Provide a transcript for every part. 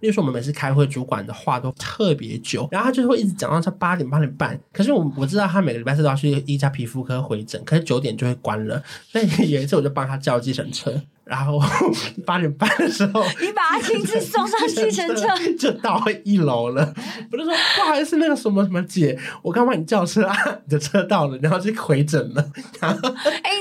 例如说，我们每次开会，主管的话都特别久，然后他就会一直讲到他八点八点半。可是我我知道他每个礼拜四都要去一家皮肤科回诊，可是九点就会关了。所以有一次我就帮他叫计程车，然后 八点半的时候，你把他亲自送上计程 车，就到一楼了。我就说不好意思，那个什么什么姐，我刚帮你叫车啊，你的车到了，然后去回诊了。哎、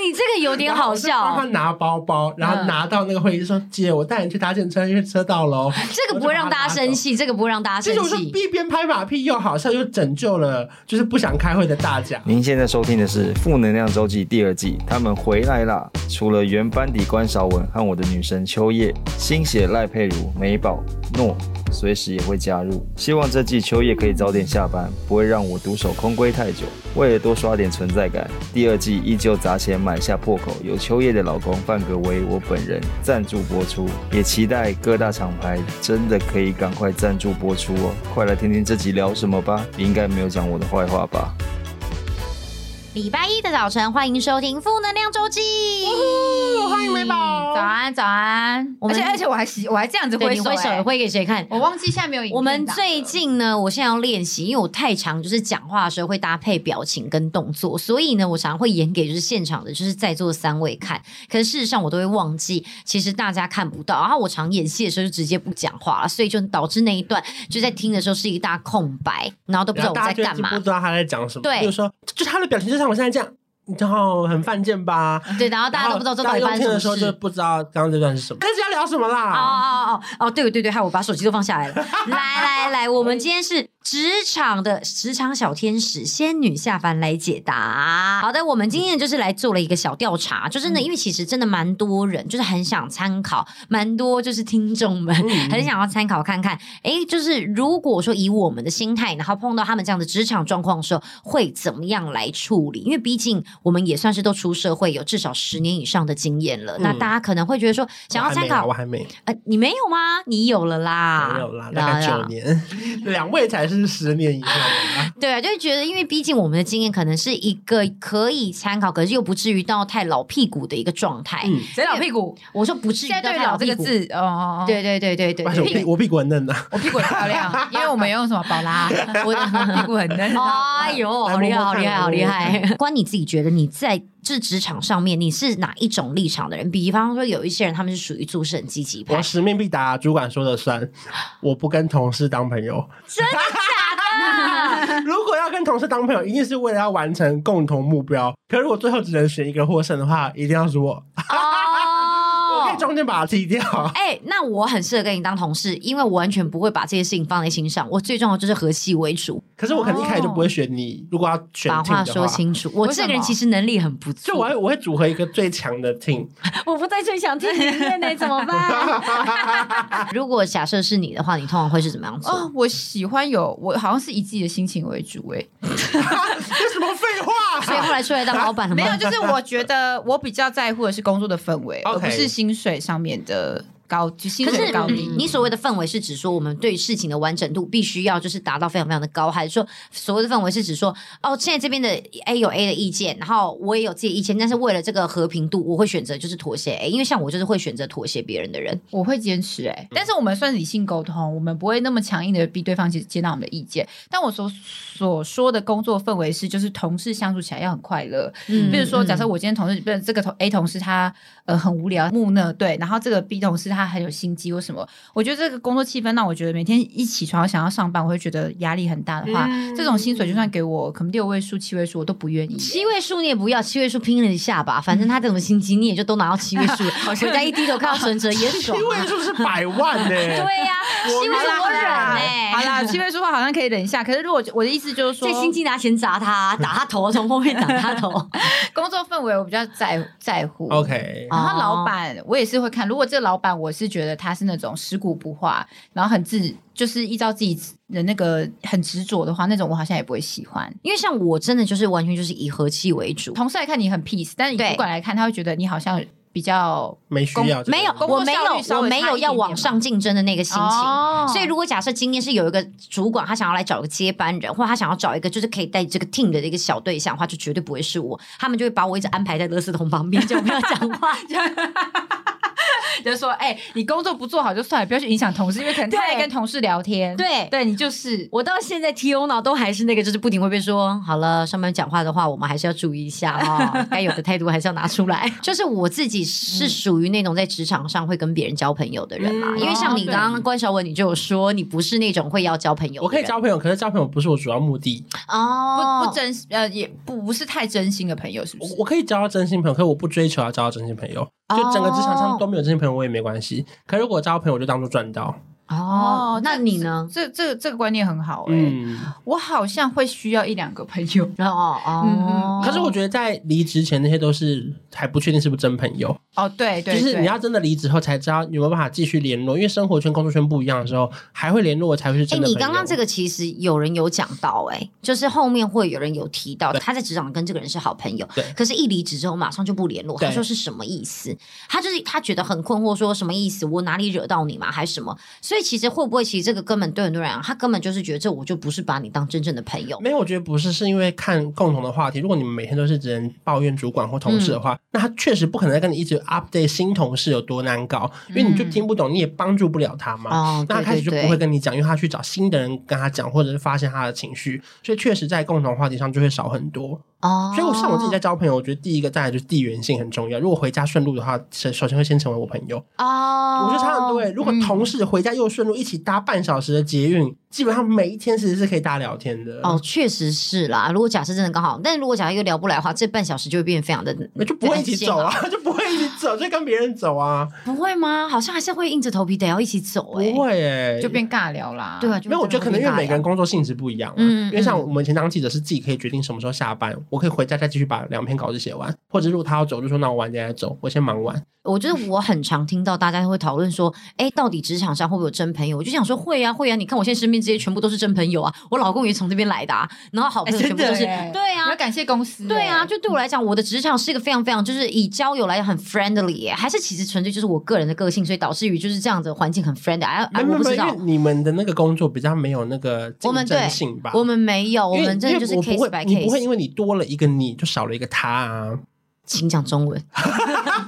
你这个有点然后好就帮他笑，拿包包，然后嗯拿到那个会议室说：“姐，我带你去搭建车，因为车到了哦。”这个不会让大家生气，这个不会让大家这种生是气。一边拍马屁又好笑，又拯救了就是不想开会的大家。您现在收听的是《负能量周记》第二季，他们回来啦！除了原班底关韶文和我的女神秋叶，新血赖佩如、美宝、诺随时也会加入。希望这季秋叶可以早点下班，不会让我独守空闺太久。为了多刷点存在感，第二季依旧砸钱买下破口，由秋叶的老公范格为我本人赞助播出，也期待各大厂牌真的可以赶快赞助播出哦！快来听听这集聊什么吧，你应该没有讲我的坏话吧？礼拜一的早晨，欢迎收听《负能量周记》，嗯欢迎美宝早安，早安。我而们且而且我还洗，我还这样子对，挥你手、挥手欸，挥给谁看？我忘记现在没有影片我们档最了近呢，我现在要练习，因为我太常就是讲话的时候会搭配表情跟动作，所以呢，我常会演给就是现场的，就是在座的三位看。可是事实上，我都会忘记，其实大家看不到。然后我常演戏的时候就直接不讲话了，所以就导致那一段就在听的时候是一大空白，然后都不知然道后大家我在就干嘛不。知道他在讲什么，对比如说，就他的表情就像我现在这样，然后很犯贱吧，对，然后嗯大家都不知道这到底然后发大家生用听的什么时候就事。不知道刚刚这段是什么，可是要聊什么哦啦？哦哦哦，对对对，害我把手机都 放下来了。来来来，我们今天是职场的职场小天使仙女下凡来解答。好的，我们今天就是来做了一个小调查，就真嗯的，因为其实真的蛮多人就是很想参考，蛮多就是听众们嗯很想要参考看看，诶，就是如果说以我们的心态，然后碰到他们这样的职场状况的时候，会怎么样来处理？因为毕竟我们也算是都出社会有至少十年以上的经验了，那嗯大家可能会觉得说想要我还参没啊考啊我，还没呃，你没有吗？你有了啦，没有啦，大概九年， 两位才是十年以上的啦。对啊，就会觉得，因为毕竟我们的经验可能是一个可以参考，可是又不至于到太老屁股的一个状态。嗯，谁老屁股？我说不至于现在到对“太老”老这屁个股，字，哦哦，哦，对对对对 对而且我对。屁我屁股很嫩啊呐，我屁股很漂 亮，因为我们用什么宝拉，我屁股很嫩。哎呦， 好厉害，好厉害，好厉害！ 关你自己觉得你在这职场上面你是哪一种立场的人？比方说，有一些人他们是属于做事很积极派我，使命必达，主管说了算，我不跟同事当朋友。如果要跟同事当朋友，一定是为了要完成共同目标。可如果最后只能选一个获胜的话，一定要是我。我可以哦。中间把它踢掉。哎、那我很适合跟你当同事，因为我完全不会把这些事情放在心上。我最重要就是和气为主，可是我肯定一开始就不会选你。如果要选 team 哦把的话话说清楚。我为这什个人么其实能力很不啊错，就我会我会组合一个最强的 team，我不在最想听里面呢，怎么办？如果假设是你的话，你通常会是怎么样做？哦，我喜欢有我好像是以自己的心情为主哎诶、这什么废话、所以后来出来当老板 了没吗？有，就是我觉得我比较在乎的是工作的氛围 OK 而不是薪水上面的高，就薪可水是嗯的高低。你所谓的氛围是指说我们对事情的完整度必须要就是达到非常非常的高，还是说所谓的氛围是指说哦，现在这边的 A 有 A 的意见，然后我也有自己的意见，但是为了这个和平度，我会选择就是妥协 A，因为像我就是会选择妥协别人的人。我会坚持哎、嗯但是我们算理性沟通，我们不会那么强硬的逼对方接接纳我们的意见。但我所所说的工作氛围是，就是同事相处起来要很快乐。嗯比如说，假设我今天同事，不是这个同 A 同事他呃很无聊木讷，对，然后这个 B 同事他很有心机或什么，我觉得这个工作气氛让我觉得每天一起床想要上班，我会觉得压力很大的话，这种薪水就算给我可能六位数、七嗯位数，我都不愿意耶。七位数你也不要，七位数拼了一下吧，反正他怎么心机你也就都拿到七位 数了，回家一低头看到存折也爽因啊、为就是百万呢、 对呀、七位好数啦我好忍啦哎、好 啦，七位数话好像可以忍一下，可是如果我的意思就是说，最心机拿钱砸他， 打他头，从后面打他头。工作氛围我比较在在乎。 OK，然后哦老板我也是会看，如果这个老板我是觉得他是那种食古不化，然后很自就是依照自己的那个很执着的话，那种我好像也不会喜欢。 因为像我真的就是完全就是以和气为主，同事来看你很 peace，但是你对主管来看，他会觉得你好像比较没需要没有，工我作没效率有，稍我微没差有一要点往点嘛上竞争的那个心情。哦所以，如果假设今天是有一个主管，他想要来找一个接班人，或他想要找一个就是可以带这个 team 的一个小对象的话，就绝对 不会是我。他们就会把我一直安排在乐思彤旁边，就不要讲话。就是说，哎、你工作不做好就算了，不要去影响同事，因为可能他在对跟同事聊天。对对你就是我到现在 T O 脑都还是那个，就是不停会被说，好了，上班讲话的话，我们还是要注意一下哦，该有的态度还是要拿出来。就是我自己是属于那种在职场上会跟别人交朋友的人啦，嗯因为像你哦对刚刚关少文，你就有说你不是那种会要交朋友的人，我可以交朋友，可是交朋友不是我主要目的。哦，不不真呃，也不不是太真心的朋友，是不我是？我可以交到真心朋友，可是我不追求要交到真心朋友。就整个职场哦上都没有真心朋友，我也没关系。可如果交到朋友，我就当做赚到。哦，那这你呢？这这这个观念很好哎、嗯，我好像会需要一两个朋 友。哦哦嗯嗯，可是我觉得在离职前那些都是还不确定是不是真朋友，哦，对对，就是对你要真的离职后才知道有没有办法继续联络，因为生活圈、工作圈不一样的时候，还会联络才会是哎、真的朋你友。刚刚这个其实有人有讲到、哎，就是后面会有人有提到，他在职场跟这个人是好朋友对，可是一离职之后马上就不联络，对他说是什么意思？他就是他觉得很困惑，说什么意思？我哪里惹到你吗？还是什么？所以其实会不会其实这个根本对很多人来讲，他根本就是觉得这我就不是把你当真正的朋友，没有，我觉得不是，是因为看共同的话题。如果你们每天都是只能抱怨主管或同嗯事的话，那他确实不可能再跟你一直 update 新同事有多难搞，因为你就听不懂，你也帮助不了他嘛。嗯哦，那他对开对始就不会对。跟你讲，因为他去找新的人跟他讲，或者是发现他的情绪，所以确实在共同话题上就会少很多。哦，所以我像我自己在交朋友，我觉得第一个再来就是地缘性很重要。如果回家顺路的话，首首先会先成为我朋友。哦，嗯我觉得差很多欸如果同事回家又顺路一起搭半小时的捷运，基本上每一天其实是可以大聊天的。哦，，确实是啦。如果假设真的刚好，但如果假设又聊不来的话，这半小时就会变得非常的就不会一起走啊，就不会一起走，就跟别人走 啊，不会吗？好像还是会硬着头皮得要一起走、不欸，会哎、就变尬聊啦。对啊，没有，我觉得可能因为每个人工作性质不一样、啊，嗯因为像嗯我们以前当记者是自己可以决定什么时候下班，我可以回家再继续把两篇稿子写完，或者如果他要走，就说那我晚点再走，我先忙完。我觉得我很常听到大家会讨论说，哎，到底职场上会不会有真朋友？我就想说会啊会啊，你看我现在身边这些全部都是真朋友啊，我老公也从这边来的、啊，然后好朋友哎真全的部都是，耶对我啊要。感谢公司欸。对啊，就对我来讲，我的职场是一个非常非常就是以交友来讲很 friendly，耶还是其实纯粹就是我个人的个性，所以导致于就是这样子的环境很 friendly。哎，哎没我有没不有，知因为道，你们的那个工作比较没有那个我竞们对争性吧。我们没有，我因为们真的就是因为我不 case 会 by 你不会 case。因为你多了一个你就少了一个他啊，请讲中文，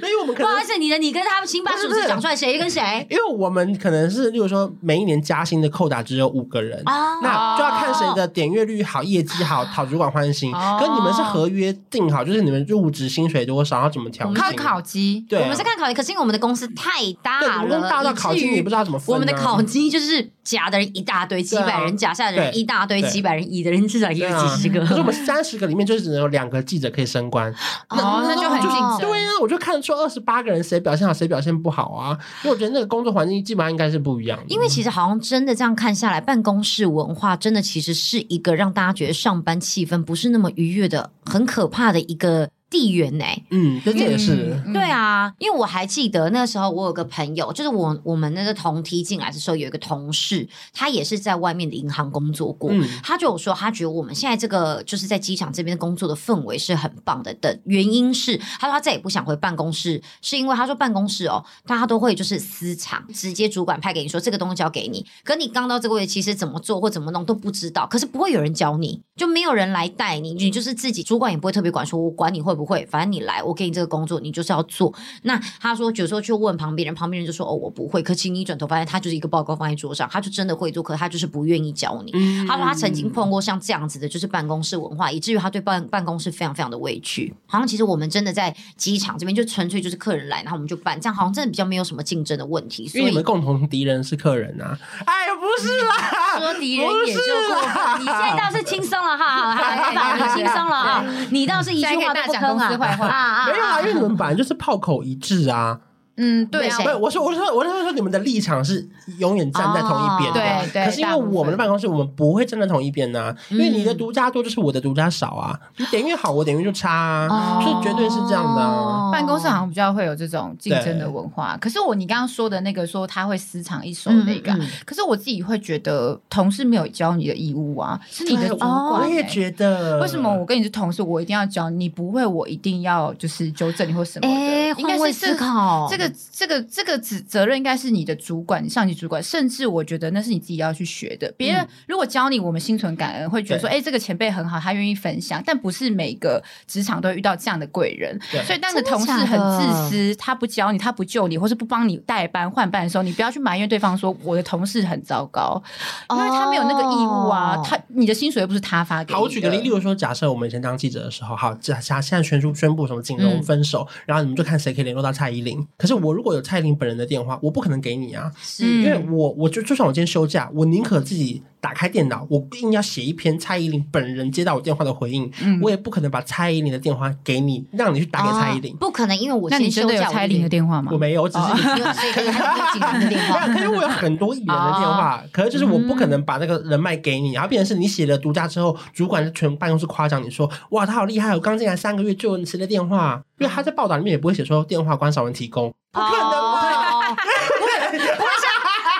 所以我们可不能好意思，你的你跟他们，请把不是数不是字讲出来，谁跟谁 因为我们可能是，例如说每一年加薪的扣打只有五个人，啊？那就要看谁的点阅率好、业绩好、讨主管欢心。哦可你们是合约定好，就是你们入职薪水多少，然后怎么调我薪们靠烤鸡。对啊，我们是看考绩，可是因为我们的公司太对，大我们了，大到以至考绩，于你不知道怎么分、啊。我们的考绩就是假的人一大堆，几对啊百人；假下的人对一大堆，对几百人；乙的人至少也对有啊几十 个。可是我们三十个里面就只能有两个记者可以升官，哦那就很竞争啊对呀、我就看出二十八个人谁表现好，谁表现不好啊。因为我觉得那个工作环境基本上应该是不一样的。因为其实好像真的这样看下来，办公室文化真的其实是一个让大家觉得上班气氛不是那么愉悦的，很可怕的一个地缘呢、嗯，这这也是、嗯对，啊，因为我还记得那时候我有个朋友，就是我我们那个同梯进来的时候，有一个同事，他也是在外面的银行工作过，嗯他就有说他觉得我们现在这个就是在机场这边工作的氛围是很棒的的原因是，他说他再也不想回办公室，是因为他说办公室哦，大家都会就是私藏，直接主管派给你说这个东西交给你，可你刚到这个位置，其实怎么做或怎么弄都不知道，可是不会有人教你，就没有人来带你，你就是自己，主管也不会特别管说，我管你会不会，反正你来，我给你这个工作，你就是要做。那他说有时候去问旁边人，旁边人就说哦我不会，可其实你一转头发现他就是一个报告放在桌上，他就真的会做，可他就是不愿意教你。嗯他说他曾经碰过像这样子的，就是办公室文化，以至于他对办办公室非常非常的畏惧。好像其实我们真的在机场这边就纯粹就是客人来，然后我们就办，这样好像真的比较没有什么竞争的问题。所因为以你们共同敌人是客人啊。哎呀，不是啦，说敌人也就过不是啦分，你现在倒是轻松了哈，哈哈你轻松了啊，你倒是 一句话都不吭啊，啊啊！没有啊，因为你们本来就是炮口一致啊。嗯，对啊 对，不是，我说，我说，我是说，你们的立场是永远站在同一边的。哦对对可是因为我们的办公室，我们不会站在同一边呐、因为你嗯的独家多就是我的独家少啊，你点阅好，我点阅就差啊。是绝对是这样的哦啊办公室好像比较会有这种竞争的文化。可是我你刚刚说的那个说他会私藏一手的那个啊，嗯嗯嗯可是我自己会觉得同事没有教你的义务啊，是你的主哦管、哦我也欸觉呃得。为什么我跟你是同事，我一定要教你？你不会，我一定要就是纠正你或什么的。哎，应该换位是思这个考，这个这这个这个责责任应该是你的主管、你上级主管，甚至我觉得那是你自己要去学的。别嗯人如果教你，我们心存感恩，会觉得说，哎、这个前辈很好，他愿意分享。但不是每个职场都会遇到这样的贵人对，所以当你的真的同事假的很自私，他不教你，他不救你，或是不帮你代班换班的时候，你不要去埋怨对方说我的同事很糟糕，因为他没有那个义务啊，哦他你的薪水又不是他发给你的。好，我举个例，例如说，假设我们以前当记者的时候，好，假假现在宣布宣布什么锦荣嗯分手，然后你们就看谁可以联络到蔡依林。可是我如果有蔡依林本人的电话，我不可能给你啊，是嗯因为我我就就算我今天休假，我宁可自己打开电脑，我硬要写一篇蔡依林本人接到我电话的回应，嗯啊我也不可能把蔡依林的电话给你，让你去打给蔡依林。哦不可能，因为我那今你天真休的有假，蔡依林的电话吗？我没有，我只是。 话，因为所以可以他紧张的没电有话，可是我有很多艺人的电话，可是就是我不可能把那个人脉给你，然啊后变成是你写了独家之后，主管就全办公室夸奖你说，哇，他好厉害哦，我刚进来三个月就有谁的电话，因为他在报道里面也不会写说电话关少文提供，不可能吧？哦不会像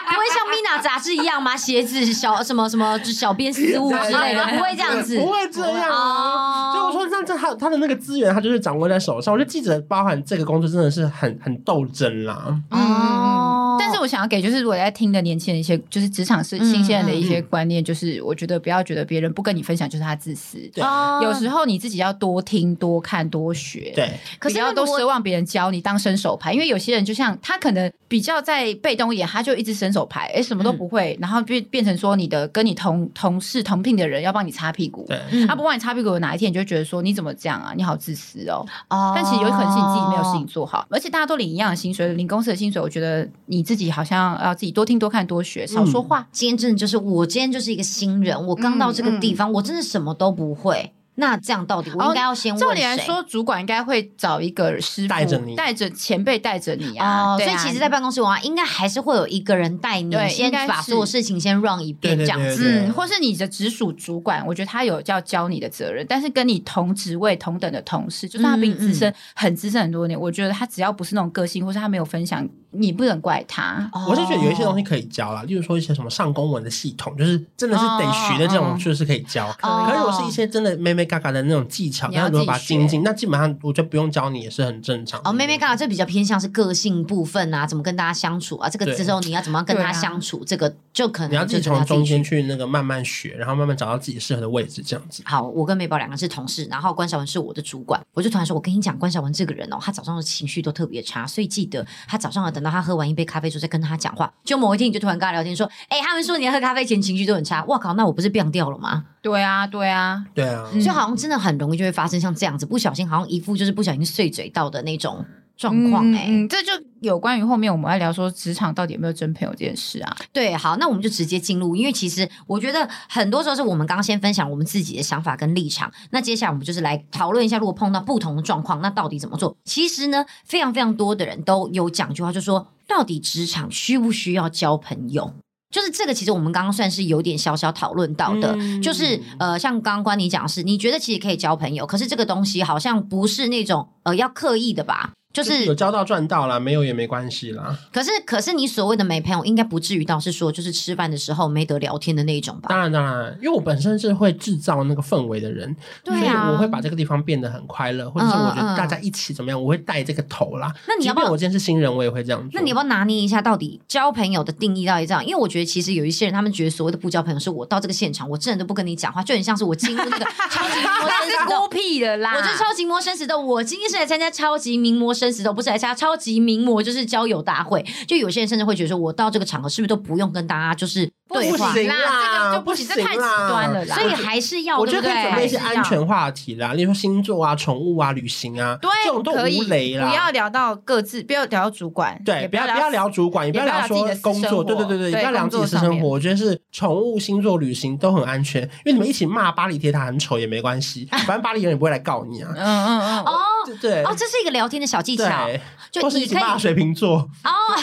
不会像 Mina 杂志一样吗？鞋子小什么什么，就小编失误之类的，不会这样子，不会这样啊。哦所以我说，那这他他的那个资源，他就是掌握在手上。我觉得记者包含这个工作真的是很很斗争啦。嗯嗯哦嗯，但是我想要给就是我在听的年轻人一些，就是职场是嗯新鲜人的一些观念，就是我觉得不要觉得别人不跟你分享就是他自私，对哦有时候你自己要多听、多看、多学。。对，可是不要都如果奢望别人教你当伸手牌，因为有些人就像他可能比较在被动一点，他就一直伸手牌，哎，什么都不会，然后变变成说你的跟你同同事同聘的人要帮你擦屁股，对嗯他不帮你擦屁股的哪一天，你就会觉得说你怎么这样啊，你好自私哦，哦但其实有可能是你自己没有事嗯情做好，而且大家都领一样的薪水，领公司的薪水，我觉得你自己好像要自己多听、多看、多学，少说话。今天真的就是我今天就是一个新人，我刚到这个地方，我真的什么都不会。那这样到底我应该要先问谁？照理来说，主管应该会找一个师傅带着你带着前辈带着你啊。哦，对所以啊其实，在办公室文化应该还是会有一个人带你，对先应该把是所有事情先 run 一遍，对对这样对子。对嗯，或是你的直属主管，我觉得他有要教你的责任，但是跟你同职位同等的同事，就算他比你资深、很资深很多年，我觉得他只要不是那种个性，或是他没有分享，你不能怪他。哦我是觉得有一些东西可以教啦，例如说一些什么上公文的系统，就是真的是得学的这哦哦种，哦就是可以教。哦可是我是一些真的妹妹嘎嘎的那种技巧，你那要如果把它自己学精进，那基本上我觉得不用教你也是很正常的。哦，妹妹刚好这比较偏向是个性部分啊，怎么跟大家相处啊？这个对之后你要怎么样跟对他啊相处？这个就可能你要自己就从跟他中去间去那个慢慢学，然后慢慢找到自己适合的位置，这样子。好，我跟美宝两个是同事，然后关晓雯是我的主管，我就突然说，我跟你讲，关晓雯这个人哦，她早上的情绪都特别差，所以记得她早上要等到她喝完一杯咖啡之后再跟她讲话。就某一天你就突然跟她聊天说，哎、他们说你在喝咖啡前情绪都很差，哇靠，那我不是变掉了吗？对啊，对啊，对啊，嗯所以好像真的很容易就会发生像这样子，不小心好像一副就是不小心碎嘴到的那种状况、欸哎、嗯嗯，这就有关于后面我们要聊说职场到底有没有真朋友这件事 啊。对，好，那我们就直接进入，因为其实我觉得很多时候是我们刚刚先分享我们自己的想法跟立场，那接下来我们就是来讨论一下，如果碰到不同的状况，那到底怎么做？其实呢，非常非常多的人都有讲句话，就说到底职场需不需要交朋友？就是这个，其实我们刚刚算是有点小小讨论到的，嗯就是呃，像刚刚关你讲的是，你觉得其实可以交朋友，可是这个东西好像不是那种呃要刻意的吧？就就是是有教到赚到啦，没有也没关系啦。可是，可是你所谓的没朋友，应该不至于到是说就是吃饭的时候没得聊天的那一种吧？当然当然，因为我本身是会制造那个氛围的人，对啊所以我会把这个地方变得很快乐，或者是我觉嗯嗯得嗯大家一起怎么样，我会带这个头啦。那你要不即便要我今天是新人，我也会这样做。那你要不要拿捏一下，到底交朋友的定义到底这样？因为我觉得其实有一些人，他们觉得所谓的不交朋友，是我到这个现场，我真的都不跟你讲话，就很像是我进入那个 超级名模生死斗。僻的啦我就是超级名模生死斗，我今天是来参加超级名模生死斗，不是来参加超级名模就是交友大会。就有些人甚至会觉得说，我到这个场合是不是都不用跟大家就是对不话？行啦，这啦个就不行，不这行太极啦端了啦。所以还是要我觉对得不可以准备一些对？安全话题啦，例如说星座啊、宠物啊、旅行啊，对，这种都可无以雷啦。不要聊到各自，不要聊到主管，对，也不要不要聊主管，也不要也不聊要说聊自己的私工作，生活对对对对，对也不要聊自己的私生工作上活。面我觉得是宠物、星座、旅行都很安全，因为你们一起骂巴黎铁塔很丑也没关系，反正巴黎人也不会来告你啊嗯。嗯 嗯，哦对对哦，这是一个聊天的小技巧，对，就或是你一起可以骂水瓶座，哦，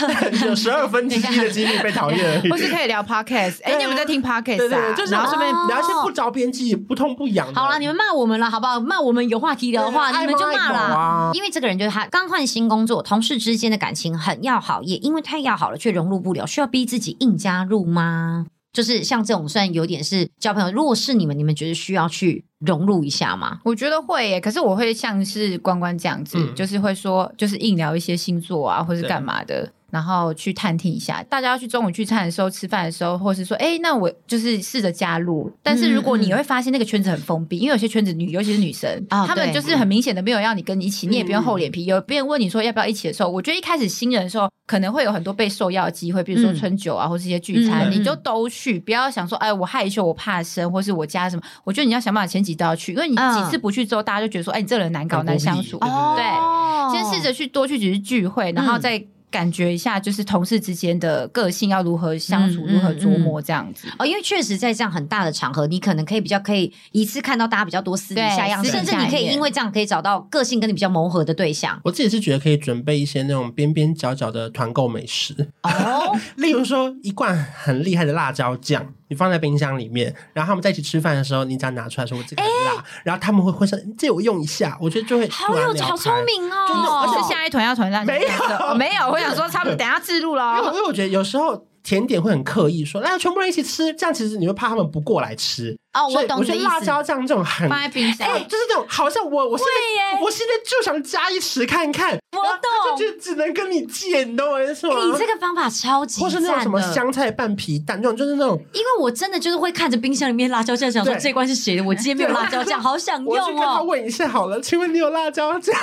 有十二分之一的几率被讨厌而 已。或是可以聊 podcast，对哎，啊你有没有在听对对 podcast 啊？对，就是然然后后顺顺便便哦聊一些不着边际、不痛不痒的。好了，你们骂我们了，好不好？骂我们有话题聊的话，嗯对你们就爱猫骂爱狗啊啦。因为这个人就是他刚换新工作，同事之间的感情很要好，也因为太要好了，却融入不了，需要逼自己硬加入吗？就是像这种算有点是交朋友，如果是你们，你们觉得需要去融入一下吗？我觉得会耶，可是我会像是关关这样子，嗯就是会说，就是硬聊一些星座啊，或是干嘛的，然后去探听一下。大家要去中午聚餐的时候、吃饭的时候，或是说，哎，那我就是试着加入。但是如果你嗯会发现那个圈子很封闭，因为有些圈子女，尤其是女生，啊她们就对是很明显的没有要你跟你一起，你也不用嗯厚脸皮。有别人问你说要不要一起的时候，我觉得一开始新人的时候，可能会有很多被受邀的机会，比如说嗯春酒啊，或是一些聚餐，嗯你就都去，不要想说，哎，我害羞，我怕生，或是我家什么。我觉得你要想办法前几都要去，因为你嗯几次不去之后，大家就觉得说，哎，你这个人难搞、很孤难僻相处。对对先试着去多去几次聚会，然后嗯再感觉一下，就是同事之间的个性要如何相处，嗯如何琢嗯磨这样子。哦，因为确实在这样很大的场合，你可能可以比较可以一次看到大家比较多私底对下样子，私甚底至下你可一以面因为这样可以找到个性跟你比较磨合的对象。我自己是觉得可以准备一些那种边边角角的团购美食，哦， 例如说一罐很厉害的辣椒酱，你放在冰箱里面，然后他们在一起吃饭的时候，你只要拿出来说“我这个很辣”，然后他们会会说“你借我用一下”，我觉得就会哎好突然有聊好开聪。明真的哦！而且是下一团要团烂没有哦没有，我想说他们等一下自因录 为我哦喽因。为我觉得有时候甜点会很刻意说“来，全部人一起吃”，这样其实你会怕他们不过来吃。哦，所我以懂我你觉的得意辣思。椒酱这种很放在冰箱，哦哎，就是这种，好像我我现在我现在就想加一匙看看，然我后他懂就觉得只能跟你借，你懂我意思吗？哎你这个方法超级啊或是那种赞什么的，香菜拌皮蛋，那种就是那种因为我真的就是会看着冰箱里面辣椒酱，想说对这罐是谁的？我今天没有辣 椒酱，好想我去用跟他哦！问一下好了，请问你有辣椒酱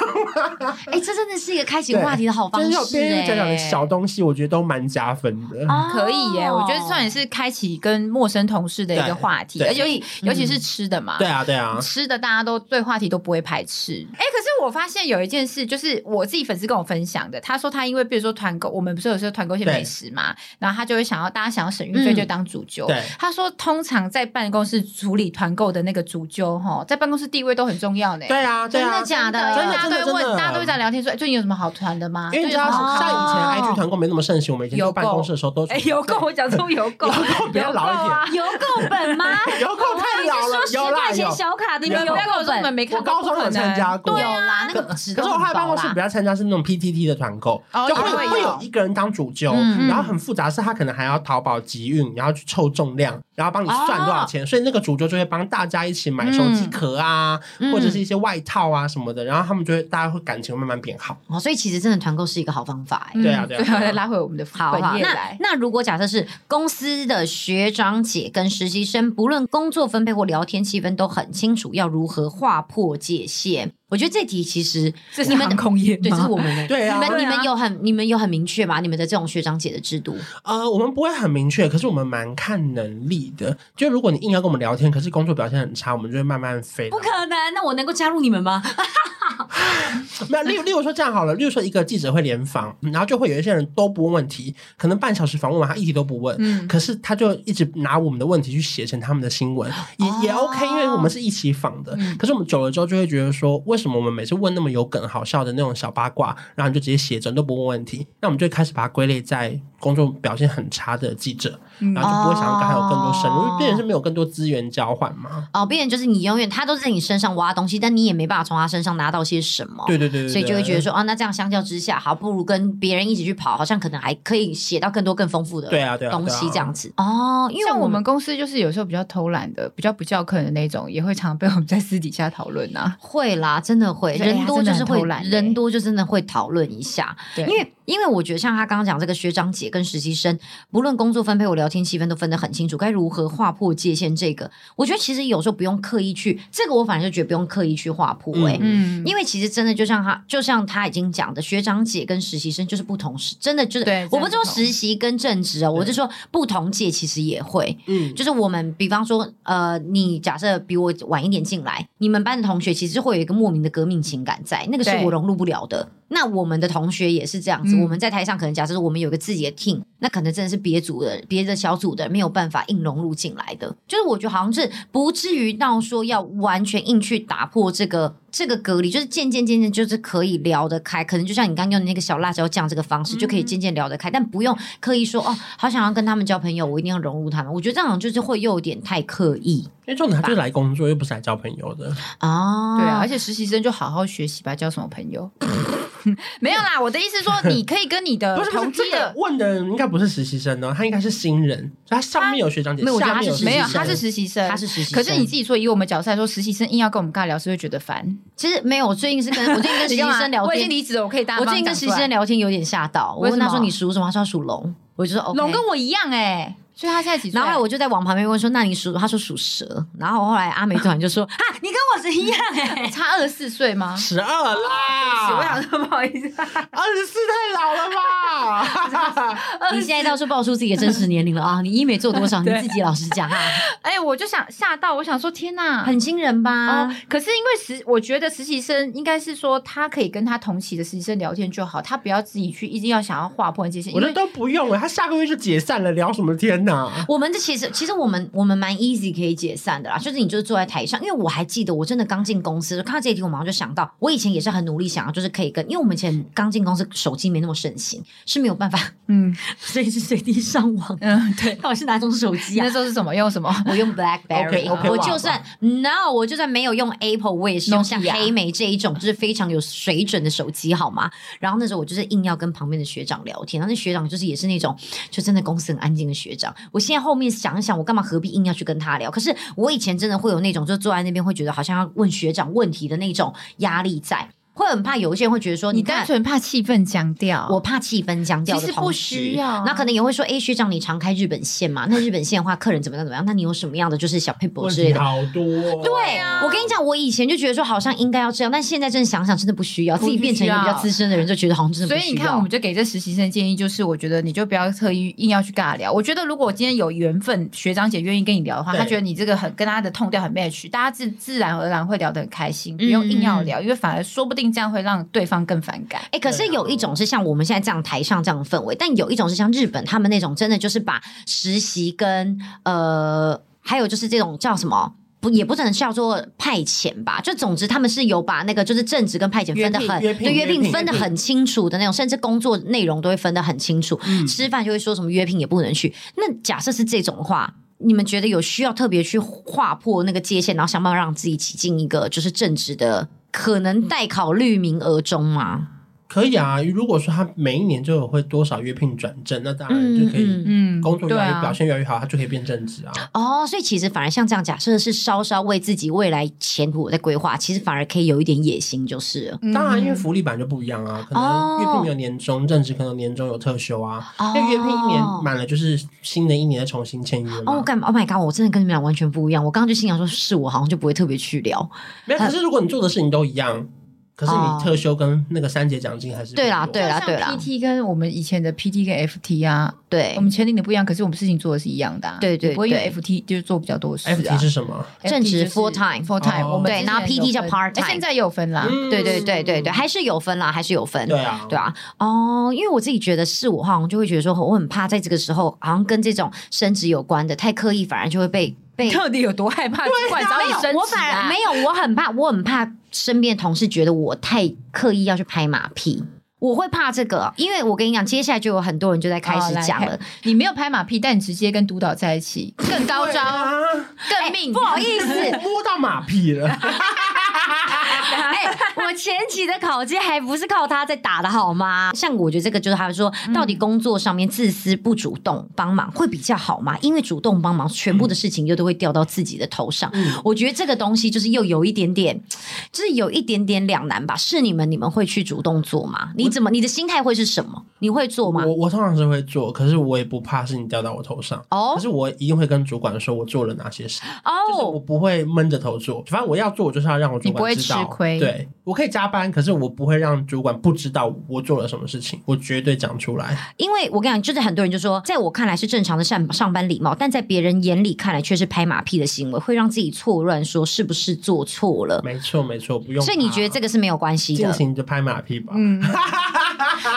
吗？哎，这真的是一个开启对话题的好方 就是式有边边角角的哎小东西，我觉得都蛮加分的。哦可以耶，我觉得算也是开启跟陌生同事的一对个话题，对而且尤其嗯尤其是吃的嘛，对啊，对啊，吃的大家都对话题都不会排斥。哎、可是我发现有一件事，就是我自己粉丝跟我分享的，他说他因为比如说团购，我们不是有时候团购一些对美食嘛，然后他就会想要大家想要省运费嗯就当主揪。对他说通常在办公室处理团购的那个主揪哈，在办公室地位都很重要呢。对啊，对真啊的。假的？真的大家都会真问，的大家都会在聊天说，哎，最近有什么好团的吗？因为你知最道，近有什么好看像的吗以前哦 IG 团购没那么盛行，我们以前有去办够公室的时候都哎，有空我讲出有够，有空比较老一点， 有够本吗？ 有空太老了我一直，说有啦十块有钱。小卡的，有你们有不要跟我 够说你们本。没看我过，高中不可有参能加过有对啊，啦，那可个不值可得是我后来办公室啊比较参加是那种 PTT 的团购，哦就会也会会有有一个人当主揪，嗯然后很复杂的是他可能还要淘宝集运，然后去凑重量，然后帮你算多少哦钱，所以那个主揪就会帮大家一起买手机壳啊，嗯或者是一些外套啊什么的，然后他们就会大家会感情慢慢变好。哦，啊所以其实真的团购是一个好方法哎。对啊嗯对啊啊最对啊后再拉回我们的好好，本业那来。那如果假设是公司的学长姐跟实习生，不论工作分配或聊天气氛都很清楚，要如何划破界限？我觉得这题其实这你们的空业对，这是我们的。对啊你们对你啊们有很你们有很明确吗？你们的这种学长姐的制度，呃，我们不会很明确，可是我们蛮看能力的。就如果你硬要跟我们聊天，可是工作表现很差，我们就会慢慢飞。不可能。那我能够加入你们吗？没有，例如例如说这样好了，例如说一个记者会联访，然后就会有一些人都不问问题，可能半小时访问完他一题都不问，嗯可是他就一直拿我们的问题去写成他们的新闻，也、哦也 OK，因为我们是一起访的。嗯可是我们久了之后就会觉得说，为什么我们每次问那么有梗、好笑的那种小八卦，然后你就直接写着你都不问问题？那我们就开始把它归类在工作表现很差的记者，嗯然后就不会想要跟他有更多深入，因哦为变成是没有更多资源交换嘛。哦，变成就是你永远他都是在你身上挖东西，但你也没办法从他身上拿到些什么。对对对对所以就会觉得对说，哦，那这样相较之下，好，不如跟别人一起去跑，好像可能还可以写到更多更丰富的对啊对啊对啊东西这样子。哦，因为像我们公司就是有时候比较偷懒的、比较不叫客人的那种，也会常被我们在私底下讨论啊 呐。会啦，真的会，对人多就他真是的很会偷懒，欸人多就真的会讨论一下。对，因为因为我觉得像他刚刚讲这个学长姐跟实习生，不论工作分配或聊天气氛都分得很清楚，该如何划破界限，这个我觉得其实有时候不用刻意去，这个我反而就觉得不用刻意去划破、欸，嗯，因为其实真的就像他，就像他已经讲的，学长姐跟实习生就是不同时，真的就是对我不真的是说不同实习跟正职哦，我是说不同届其实也会，嗯，就是我们比方说，呃，你假设比我晚一点进来，你们班的同学其实会有一个莫名的革命情感在，那个是对我融入不了的。那我们的同学也是这样子，嗯我们在台上可能假设我们有个自己的 team，那可能真的是别组的、别的小组的没有办法硬融入进来的。就是我觉得好像是不至于到说要完全硬去打破这个这个隔离，就是渐渐渐渐就是可以聊得开。可能就像你刚刚用的那个小辣椒酱这个方式，就嗯可以渐渐聊得开，但不用刻意说哦，好想要跟他们交朋友，我一定要融入他们。我觉得这样就是会又有点太刻意因为重点他就是来工作，又不是来交朋友的。啊。对啊，而且实习生就好好学习吧，交什么朋友？ 没有啦，我的意思说，你可以跟你 呃的不是不是同这梯个的，问的人应该不是实习生哦，他应该是新人，所以他上面有学长姐，没有我觉得下他面实是实习习没有，生他是实习生，他是实习生可是你自己说，以我们角色来说，实习生硬要跟我们尬聊，是会觉得烦。其实没有，我最近是跟我最 近跟实习生聊我已经天，离职了，我可以大我方最近跟讲实出习来生聊天有点吓到，我为什问他么说你属什么？他说他属龙，我就说 OK。龙跟我一样哎，所以他现在几岁？然后后来我就在往旁边问说：“那你属什么？”他说属蛇。然后后来阿美突然就说：“啊，你跟我是一样 哎、差二十四岁吗？十二欸 我啦想，说不好意思，二十四太老了吧？你现在到处报出自己的真实年龄了 啊！你医美做多少？你自己老实讲啊，哎，我就想吓到，我想说天 哪，很惊人吧？哦，可是因为实，我觉得实习生应该是说，他可以跟他同期的实习生聊天就好，他不要自己去一定要想要划破界限， 我因觉得为都不用了，他下个月就解散了，聊什么天呐？我们这其实其实我们我们蛮 easy 可以解散的啦，就是你就是坐在台上，因为我还记得我真的刚进公司看到这一题，我马上就想到，我以前也是很努力想要就是可以跟，因为我们以前刚进公司手机没那么盛行，是没有办法 嗯随时随地上网。嗯， 对。到底是哪种手机你啊那？时候是什么用什么？我用 BlackBerry， OK，OK，我哇就算 No，我就算没有用 Apple，我也是用像 Nokia 黑莓这一种，就是非常有水准的手机，好吗？然后那时候我就是硬要跟旁边的学长聊天，然后那学长就是也是那种就真的公司很安静的学长。我现在后面想一想，我干嘛何必硬要去跟他聊？可是我以前真的会有那种，就坐在那边会觉得好像要问学长问题的那种压力在，会很怕有一些人会觉得说，你看单纯怕气氛僵掉，我怕气氛僵掉的其实不同时需要那可能也会说，哎，学长，你常开日本 线嘛？那日本线的话，客人怎么样怎么样？那你有什么样的就是小 paper 问之类题啊的？好多哦，对，啊我跟你讲，我以前就觉得说好像应该要这样，但现在真的想想，真的不需要。不自己变成一个比较资深的人，就觉得好像真的所不以需你要。看，我们就给这实习生建议，就是我觉得你就不要特意硬要去尬聊。我觉得如果今天有缘分，学长姐愿意跟你聊的话，对他觉得你这个很跟他的痛调很 match，大家自自然而然会聊得很开心，不用硬要聊，因为反而说不定这样会让对方更反感。哎、可是啊有一种是像我们现在这样台上这样的氛围，但有一种是像日本他们那种，真的就是把实习跟呃，还有就是这种叫什么？不，也不能叫做派遣吧，就总之他们是有把那个就是正职跟派遣分得很，约聘约聘对约聘约聘分得很清楚的那种，甚至工作内容都会分得很清楚。嗯吃饭就会说什么约聘也不能去。那假设是这种的话，你们觉得有需要特别去划破那个界限，然后想办法让自己挤进一个就是正职的可能待考虑名额中吗？可以啊。如果说他每一年就有会多少约聘转正，那当然就可以。嗯嗯工作越对来越啊表现越来越好，他就可以变正职啊。哦，所以其实反而像这样，假设是稍稍为自己未来前途在规划，其实反而可以有一点野心，就是嗯了当然，因为福利版就不一样啊，可哦能月聘没有年终，正职可能年终有特休啊。哦因为月聘一年满了，就是新的一年再重新签约哦，我嘛。干嘛？Oh my god！我真的跟你们俩完全不一样。我刚刚就心想说，是我好像就不会特别去聊。没有，可是如果你做的事情都一样，可是你特休跟那个三节奖金还是不一样哦对啦就像对啦 PT 跟我们以前的 PT 跟 FT 啊，对嗯我，们签订的不一样，可是我们事情做的是一样的、啊。对对你不会因为对 FT 就是做比较多事啊。 FT 是什么？正职 full time full time，、哦我们对之前然后有 PT 叫分 part 哎 time 现在也有分啦。嗯对对对对对，还是有分啦，还是有分。对啊，对啊，哦，因为我自己觉得是我好像就会觉得说，我很怕在这个时候，好像跟这种升职有关的太刻意，反而就会被被到底有多害怕？主 管找你升职、啊、我反而没有，我很怕，我很怕身边的同事觉得我太刻意要去拍马屁，我会怕这个，因为我跟你讲，接下来就有很多人就在开始讲了。哦来你没有拍马屁，但你直接跟督导在一起，更高对招，啊， 更命、哎不好意思，摸到马屁 了。哎、我前期的考绩还不是靠他在打的好吗？像我觉得这个就是他说，嗯到底工作上面自私不主动帮忙会比较好吗？因为主动帮忙，全部的事情又都会掉到自己的头上。嗯我觉得这个东西就是又有一点点，就是有一点点两难吧。是你们，你们会去主动做吗？你怎么，你的心态会是什么？你会做吗我？我通常是会做，可是我也不怕事情掉到我头上。哦可是我一定会跟主管说我做了哪些事，就是我哦，不会闷着头做。反正我要做，我就是要让我主你不会管知道。吃亏对我可以加班，可是我不会让主管不知道我做了什么事情，我绝对讲出来。因为我跟你讲，就是很多人就说，在我看来是正常的上上班礼貌，但在别人眼里看来却是拍马屁的行为，会让自己错乱，说是不是做错了？没错，没错，不用怕。所以你觉得这个是没有关系尽的？情就拍马屁吧。 嗯，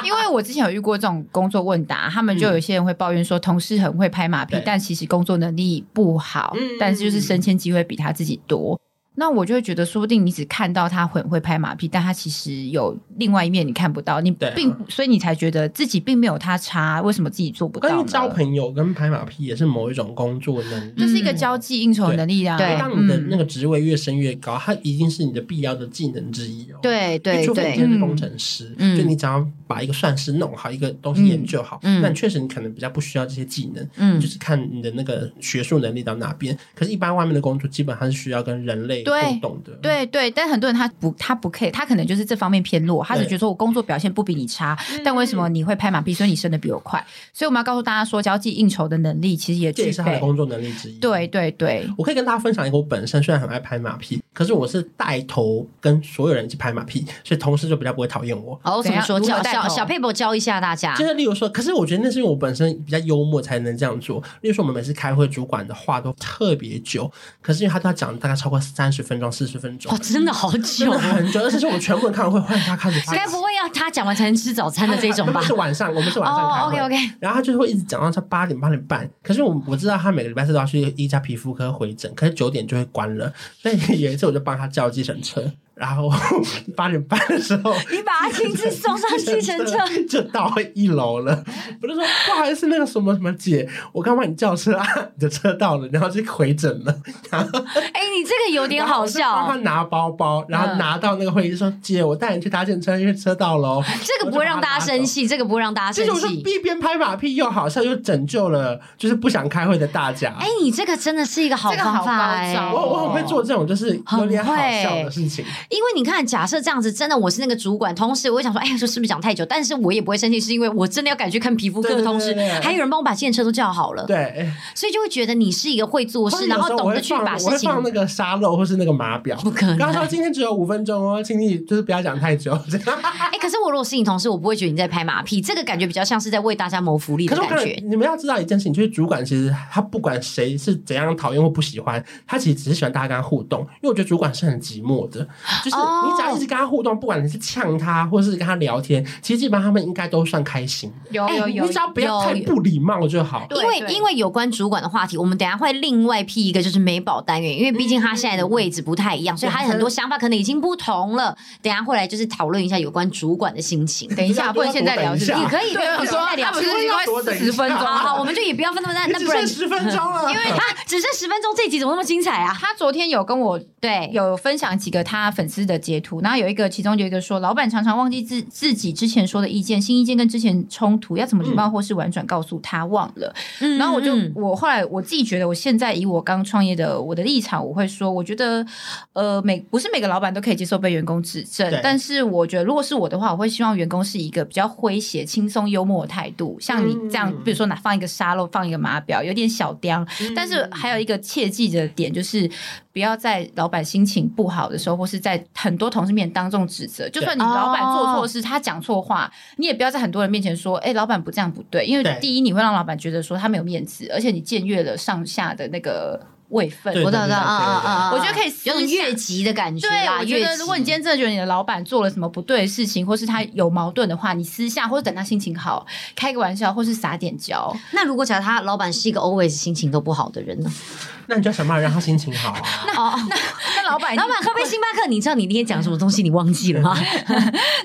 因为我之前有遇过这种工作问答，他们就有些人会抱怨说，同事很会拍马屁对，但其实工作能力不好嗯，但是就是升迁机会比他自己多。那我就会觉得，说不定你只看到他很会拍马屁，但他其实有另外一面你看不到，你对啊并不所以你才觉得自己并没有他差，为什么自己做不到关于呢？交朋友嗯跟拍马屁也是某一种工作能力。这是一个交际应酬的能力啊。对对当你的嗯那个职位越升越高，它一定是你的必要的技能之一哦。对因为对除非你对今天是工程师，嗯就你只要把一个算式弄好，一个东西研究好，嗯嗯那你确实你可能比较不需要这些技能，嗯就是看你的那个学术能力到哪边。可是，一般外面的工作基本上是需要跟人类对互动的，，对对，但很多人他不他不 care，他可能就是这方面偏弱，他只对觉得说我工作表现不比你差，但为什么你会拍马屁，所以你升的比我快？所以我们要告诉大家说，交际应酬的能力其实也这具也是他的备。工作能力之一。对。对对，我可以跟大家分享一个，我本身虽然很爱拍马屁，可是我是带头跟所有人一起拍马屁，所以同事就比较不会讨厌我。哦，怎么说怎样如教何带小头小佩伯教一下大家就，是例如说，可是我觉得那是因为我本身比较幽默才能这样做。例如说，我们每次开会，主管的话都特别久，可是因为他都要讲大概超过三十分钟、四十分钟 哦，，真的好真久的哦，很久。而且是我们全部人开完会，忽然他开始发该不会要他讲完才能吃早餐的这种吧 他？是晚上，我们是晚上开哦会。 ，OK OK，然后他就会一直讲到他八点八点半，可是我我知道他每个礼拜四都要去一家皮肤科回诊，可是九点就会关了，所以有一次我就帮他叫计程车，然后八点半的时候你把他亲自送上计程车， 就到一楼了。我就说不好意思，那个什么什么姐，我刚帮你叫车啊， 你的车到了，然后就回诊了。哎，你这个有点然后好我就帮他笑，哦拿包包，然后嗯拿到那个会议说、姐，我带你去搭建车，因为车到了 哦。这个不会让大家生气，这个不会让大家这种生是气。一边拍马屁又好笑，又拯救了就是不想开会的大家。哎，你这个真的是一个好这个方好法高哎，招我哦我很会做这种就是有点好笑的事情，因为你看，假设这样子，真的我是那个主管，同时我会想说，哎，说是不是讲太久？但是我也不会生气，是因为我真的要赶去看皮肤科对的对同时对对对，还有人帮我把计程车都叫好了，对。所以就会觉得你是一个会做事，然有后时候懂我会得去放把我事会情放那个沙漏或是那个码表，不可能刚说今天只有五分钟哦，请你就是不要讲太久。这样哎、可是我如果是你同事，我不会觉得你在拍马屁，这个感觉比较像是在为大家谋福利可是的我感感觉觉。你们要知道一件事情，就是主管其实他不管谁是怎样讨厌或不喜欢，他其实只是喜欢大家跟他互动。因为我觉得主管是很寂寞的，就是哦你只要一直跟他互动，不管你是呛他或是跟他聊天，其实基本上他们应该都算开心。有哎哦有你有只，要不要太有不礼貌就好。对因为对因为有关主管的话题，我们等一下会另外辟一个就是美宝单元，因为毕竟他现在的位置不太一样，所以他很多想法可能已经不同了。等一下会来就是讨论一下有关主管的心情。等一下，不不要能现在聊，等一是下不你是可以，对，你可以现在他聊不。是多快等一四十分钟下好好，我了。们就也不要分那么那你那只不然剩十分钟了，因为啊，只剩十分钟，这集怎么那么精彩 啊？他昨天有跟我对，有分享几个他粉丝的截图，然后有一个，其中有一个说，老板常常忘记自自己之前说的意见，新意见跟之前冲突，要怎么礼貌或是婉转告诉他忘了。嗯然后我就嗯我后来我自己觉得，我现在以我刚创业的我的立场，我会说，我觉得呃每不是每个老板都可以接受被员工指正对，但是我觉得如果是我的话，我会希望员工是一个比较诙谐、轻松、幽默的态度，像你这样，嗯比如说拿放一个沙漏，放一个码表，有点小刁，嗯但是还有一个切记的点就是，不要在老板心情不好的时候，或是在很多同事面当众指责。就算你对老板做哦错事，他讲错话，你也不要在很多人面前说：“哎、老板不这样不对。”因对为第一，你会让老板觉得说他没有面子，而且你僭越了上下的那个位分。对我懂我懂，嗯嗯嗯嗯，我觉得可以私有种下越级的感觉对，啦。我觉越得级如果你今天真的觉得你的老板做了什么不对的事情，或是他有矛盾的话，你私下或者等他心情好，开个玩笑，或是撒点娇。那如果假如他老板是一个 always 心情都不好的人 呢？ 那你就要想办法让他心情好啊。 哦， 那老 板，老板喝杯星巴克，你知道你那天讲什么东西，你忘记了吗？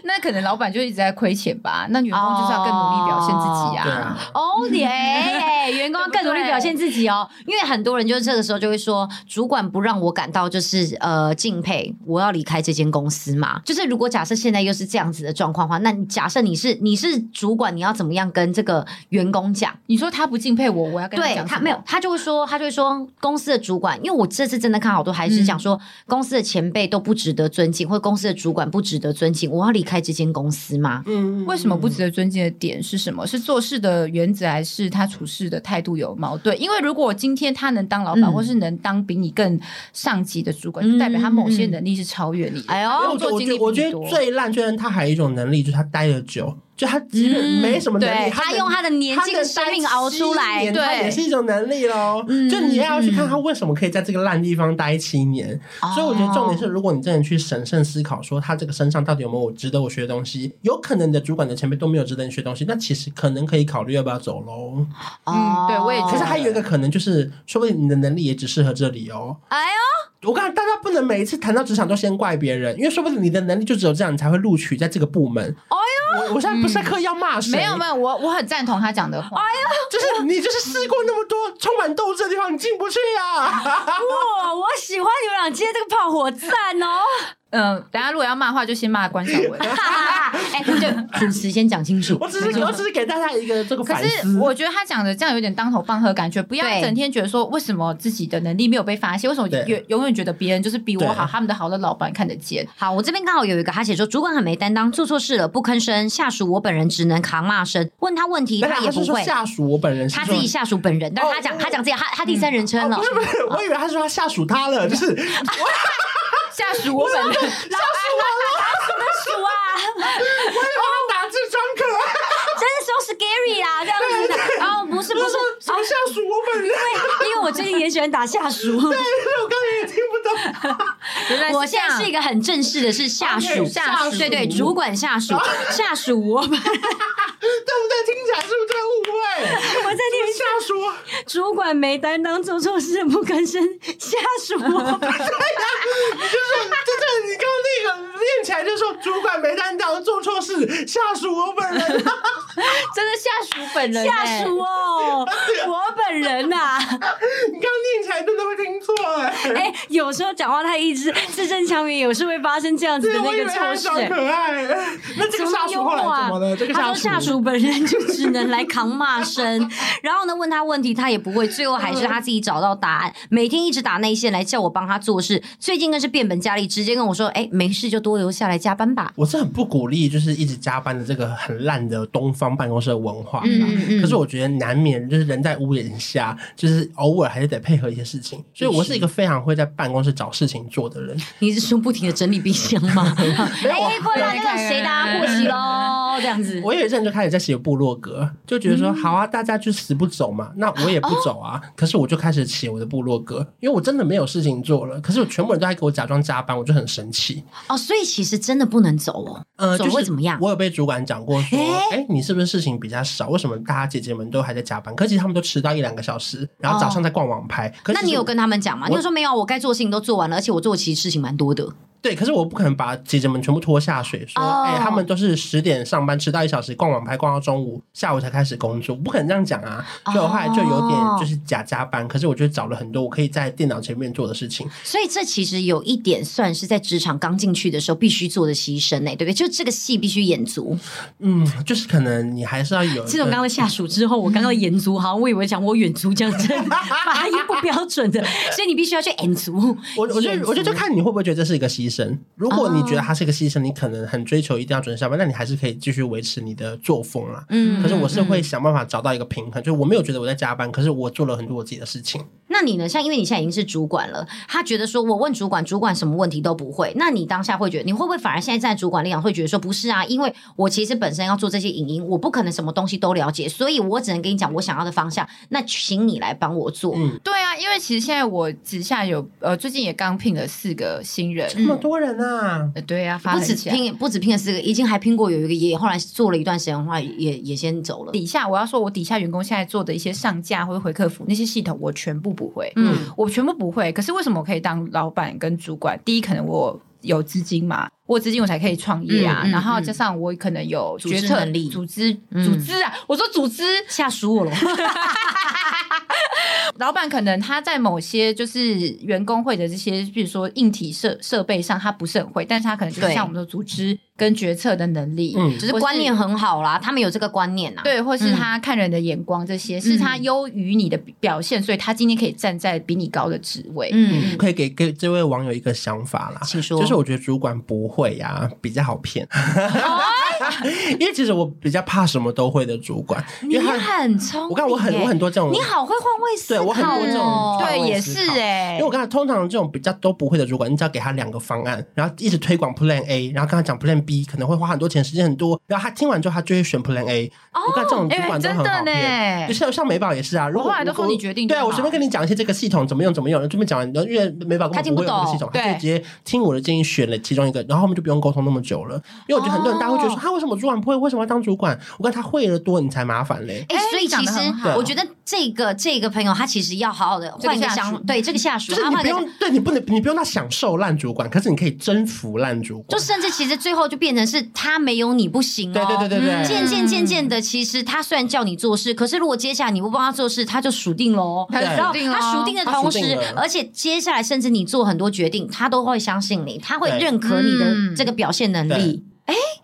那可能老板就一直在亏钱吧，那员工就是要更努力表现自己对啊， 哦 耶！哎员工要更努力表现自己哦，因为很多人就是这个时候就会说，主管不让我感到就是呃敬佩，我要离开这间公司嘛。就是如果假设现在又是这样子的状况的话，那你假设你是你是主管，你要怎么样跟这个员工讲？你说他不敬佩我，我要跟他对讲什他么没有，他就会说，他就会说公司的主管，因为我这次真的看好多还是讲说、公司的前辈都不值得尊敬，或公司的主管不值得尊敬，我要离开这间公司吗？嗯，为什么不值得尊敬的点是什么？是做事的原则，还是他处事的态度有矛盾？因为如果今天他能当老板，嗯或是能当比你更上级的主管，嗯就代表他某些能力是超越你的。哎呦他因为工我觉得作我觉得我觉经历比你得多最烂，最烂他还有一种能力，就是他待的久，就他即便没什么能力，对他他用他的年他纪能跟待生命熬出来，七年他对也是一种能力喽。嗯就你要去看他为什么可以在这个烂地方待七年。嗯所以我觉得重点是，哦如果你真的去审慎思考，说他这个身上到底有没有我值得我学的东西，有可能你的主管的前辈都没有值得你学东西，那其实可能可以考虑要不要走喽。哦嗯对我也觉可得是还有一个可能就是，说不定你的能力也只适合这里哦。哎呦，我告诉你大家不能每一次谈到职场都先怪别人，因为说不定你的能力就只有这样，你才会录取在这个部门。哎呦，我我现在不是在刻意要骂谁，没有没有，我我很赞同他讲的哎话。就是你就是试过那么多充满斗志的地方，你进不去啊！哇，我喜欢你们俩今天这个炮火赞哦！嗯，等下如果要骂的话，就先骂关晓 雯。哎，就主持先讲清楚。我只是我只是给大家一个这个可反是思。我觉得他讲的这样有点当头棒喝的感觉，不要对整天觉得说为什么自己的能力没有被发现，为什么对永永远觉得别人就是比我好，对他们的好的老板看得见。好，我这边刚好有一个，他写说主管很没担当，做错事了不吭声，下属我本人只能扛骂声，问他问题没有他也是不说会，下属，我本人是他说自己下属本人，但是他哦讲我他讲自己，他他第三人称了不。是不是，我以为他说他下属他了，就是下属我本人，属啊，打字装可，真的 so scary 啊，这样子的。哦，不是不他是说，什么下属我本人， 因为我最近也喜欢打下属，我刚才也听不懂。原来我这现样在是一个很正式的，是下属， OK，下属对对，主管下属， 下属我们对不对？听起来是不是在误会？我在这个下属， 主管没担当，做错事不吭声，下属我们就是就是你刚刚那个念起来就说主管没担当，做错事，下属我本人。真的下属本人、哎下属。哦，我本人呐、你刚刚念起来真的会听错哎、 哎、有时候讲话太一致，字正腔圆，有时候会发生这样子对，的我 那以为个他错是事、装哎可爱。那这个下属后来怎么了？这个啊他下属，说下属本人就只能来扛骂声，然后呢问他问题他也不会，最后还是他自己找到答案。每天一直打内线来叫我帮他做事，最近更是变本加厉，直接跟我说：“哎、没事就多留下来加班吧。我是很不鼓励，就是一直加班的这个很烂的东方办公室的文化。嗯嗯嗯可是我觉得难免就是人在屋檐下，就是偶尔还是得配合一些事情。所以我是一个非常会在办公室找事情做的人。”你是说不停的整理冰箱吗？ 哎、过来那个谁大家过期喽，这样子。我有一阵就开始在写部落格，就觉得嗯说好啊，大家就死不走嘛，那我也不哦走啊。可是我就开始写我的部落格，因为我真的没有事情做了。可是我全部人都在给我假装加班，我就很生气。哦，所以其实真的不能走哦，呃，走就会是怎么样？我有被主管讲过说，诶哎、你是不是事情比较少？为什么大家姐姐们都还在加班？可是其实他们都迟到一两个小时，然后早上在逛网拍。可是哦那你有跟他们讲吗？我你有说没有？啊我该做的事情都做完了，而且我做的其实事情蛮多的。对，可是我不可能把姐姐们全部拖下水，说，哦哎、他们都是十点上班，迟到一小时，逛网拍逛到中午，下午才开始工作，不可能这样讲啊。所以我后来就有点哦就是假加班，可是我就找了很多我可以在电脑前面做的事情。所以这其实有一点算是在职场刚进去的时候必须做的牺牲欸呢、对不对？就这个戏必须演足。嗯，就是可能你还是要有一自从个刚刚下属之后，我刚刚演足，好像我以为讲我远足这样子，发音不标准的，所以你必须要去演足。我我觉演哦得足我觉得就看你会不会觉得这是一个牺牲。如果你觉得它是一个牺牲，你可能很追求一定要准时下班，那你还是可以继续维持你的作风啊。嗯可是我是会想办法找到一个平衡，就是我没有觉得我在加班，可是我做了很多我自己的事情。那你呢？像因为你现在已经是主管了，他觉得说我问主管，主管什么问题都不会。那你当下会觉得，你会不会反而现在站在主管立场会觉得说，不是啊，因为我其实本身要做这些影音，我不可能什么东西都了解，所以我只能跟你讲我想要的方向。那请你来帮我做。嗯，对啊，因为其实现在我底下有呃，最近也刚聘了四个新人。那么多人啊，呃对啊，发嗯不很止起来拼，不止拼了四个，已经还拼过有一个也，后来做了一段时间的话，也也先走了。底下我要说，我底下员工现在做的一些上架或者回客服那些系统，我全部不会，嗯我全部不会。可是为什么我可以当老板跟主管？第一，可能我有资金嘛，我有资金我才可以创业啊。嗯嗯然后加上我可能有组织决策能力组织嗯组织啊，我说组织，吓死我了！老板可能他在某些就是员工会的这些，比如说硬体设设备上他不是很会，但是他可能就是对像我们说组织跟决策的能力，嗯，只是观念很好啦，他们有这个观念呐、啊。，对，或是嗯他看人的眼光，这些、嗯是他优于你的表现，所以他今天可以站在比你高的职位。嗯，可以给给这位网友一个想法啦，请说就是我觉得主管不会呀、比较好骗，哦 因为其实我比较怕什么都会的主管，因你为他很聪明我耶，看我很我很多这种你好会换位思对考、哦，我很多这种对对，我也也思是考哎、因为我刚才通常这种比较都不会的主管，你只要给他两个方案，然后一直推广 Plan A，然后跟他讲 Plan B 可能会花很多钱，时间很多，然后他听完之后他就会选 Plan A。我看这哦种主哎管都真很的好骗，呢就像像美宝也是啊，如我果后来哎都我说你决定就对啊，我好随便跟你讲一些这个系统怎么用怎么用，这边讲完，因为美宝根他本听不不会用这个懂系统，他就对直接听我的建议选了其中一个，然后后面就不用沟通那么久了，因为我觉得很多人大家会觉得说啊哦他为为什么主管不会？为什么要当主管？我跟他会的多，你才麻烦嘞。哎、哎所以你其讲得实很好我觉得这个这个朋友他其实要好好的换一个这个下想属法，对这个下属，就是他你换不一个用，对你不能，你不用到享受烂主管，可是你可以征服烂主就管。甚至其实最后就变成是他没有你不行哦。对对对对对，嗯渐渐渐渐的，其实他虽然叫你做事，可是如果接下来你不帮他做事，他就数定喽。他就对然数定咯后他数定的他数同定时了，而且接下来甚至你做很多决定，他都会相信你，他会对认可你的嗯这个表现能力。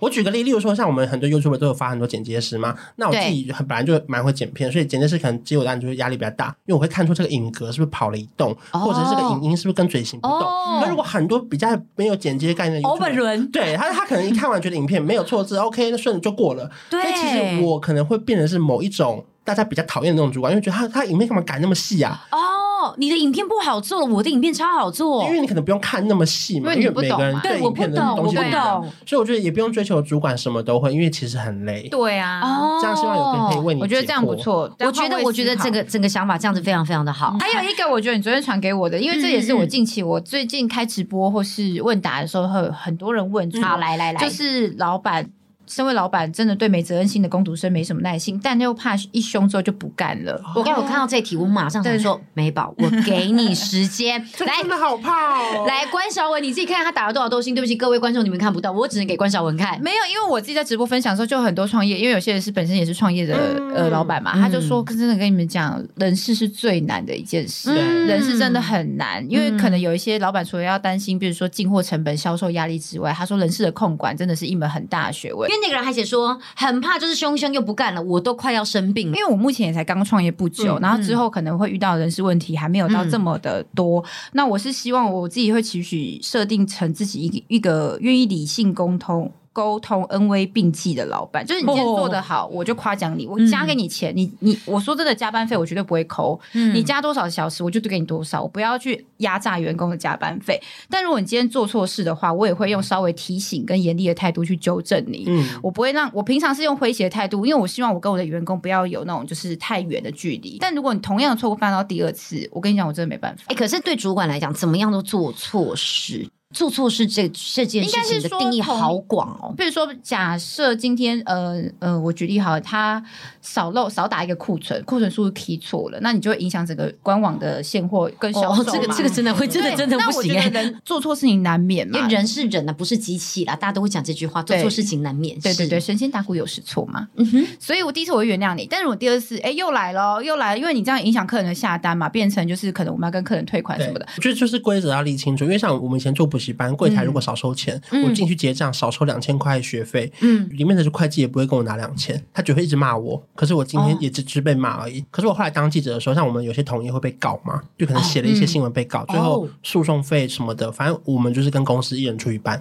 我举个例，例如说像我们很多 YouTube 都有发很多剪接师嘛，那我自己很本来就蛮会剪片，所以剪接师可能接我的案就会压力比较大，因为我会看出这个影格是不是跑了一动，哦或者是这个影音是不是跟嘴型不动。哦那、如果很多比较没有剪接概念的 YouTuber，伦对他，他可能一看完觉得影片没有错字，OK，那顺着就过了。对但其实我可能会变成是某一种大家比较讨厌的那种主管，因为觉得他他影片干嘛改那么细啊？哦，你的影片不好做，我的影片超好做因。为你可能不用看那么细嘛，因为你因不每个懂人嘛对，我影不片的懂，我东不西一样懂。所以我觉得也不用追求主管什么都会，因为其实很累。对啊，哦，这样希望有人可以为你我觉得这样不解惑。错。我觉得，我觉得这个整个想法这样子非常非常的好。哦哎还有一个，我觉得你昨天传给我的，因为这也是嗯我近期我最近开直播或是问答的时候，会有很多人问出嗯好，来来来，就是老板。身为老板，真的对没责任心的工读生没什么耐心，但又怕一凶之后就不干了。哦我刚有看到这题，我马上想说，美宝，我给你时间这真来。的好怕哦！来，关少文，你自己看看他打了多少斗心。对不起，各位观众，你们看不到，我只能给关少文看。没有，因为我自己在直播分享的时候，就有很多创业，因为有些人是本身也是创业的、嗯呃老板嘛，他就说，跟真的跟你们讲，人事是最难的一件事，嗯人事真的很难，因为可能有一些老板除了要担心，比如说进货成本、销售压力之外，他说人事的控管真的是一门很大的学问因。为那个人还写说，很怕就是凶凶又不干了，我都快要生病了因。为我目前也才刚创业不久，嗯然后之后可能会遇到人事问题，还没有到这么的多。那我是希望我自己会期许设定成自己一个一个愿意理性沟通。沟通恩威并济的老板，就是你今天哦做得好，我就夸奖你，我嗯加给你钱，你你我说真的，加班费我绝对不会抠，嗯你加多少小时，我就给你多少，我不要去压榨员工的加班费。但如果你今天做错事的话，我也会用稍微提醒跟严厉的态度去纠正你。嗯，我不会让我平常是用诙谐的态度，因为我希望我跟我的员工不要有那种就是太远的距离。但如果你同样的错误犯到第二次，我跟你讲，我真的没办法。哎、可是对主管来讲，怎么样都做错事，做错事这这件事情应该的是说定义同好广哦。比如说，假设今天呃呃，我举例好了，他少漏少打一个库存，库存数提错了，那你就会影响整个官网的现货跟销售哦嘛、，这个这 个真的会真的对真的那不我觉行得哎、人做错事情难免因嘛为。人是人啊，不是机器啦，大家都会讲这句话，做对错事情难免。对对对，是，神仙打鼓有时错嘛。嗯哼，所以我第一次我会原谅你，但是我第二次，哎，又来了，又来了，因为你这样影响客人的下单嘛，变成就是可能我们要跟客人退款对，什么的。我觉得就是规则要立清楚，因为像我们以前做补习班，柜台如果少收钱，嗯我进去结账少收两千块学费，嗯，里面的会计也不会跟我拿两千，他只会一直骂我。可是我今天哦也只只被骂而已。可是我后来当记者的时候，像我们有些同业会被告嘛，就可能写了一些新闻被告，最后诉讼费什么的，反正我们就是跟公司一人出一半，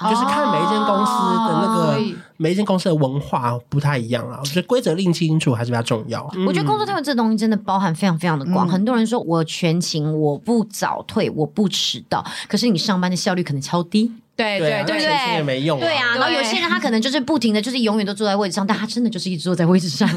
就是看每一间公司的那哦所个以每一间公司的文化不太一样啊。我觉得规则定清楚还是比较重要。我觉得工作态度这东西真的包含非常非常的广。嗯很多人说我全勤，我不早退，我不迟到，可是你上班的效率可能超低。对对啊对对那钱也没用、对啊，对然后有些人他可能就是不停的就是永远都坐在位置上，但他真的就是一直坐在位 置上。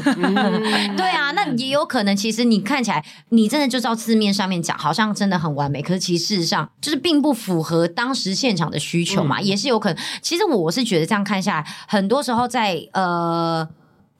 对啊，那也有可能，其实你看起来你真的就照字面上面讲，好像真的很完美，可是其实事实上就是并不符合当时现场的需求嗯嘛，也是有可能。其实我是觉得这样看下来，很多时候在呃。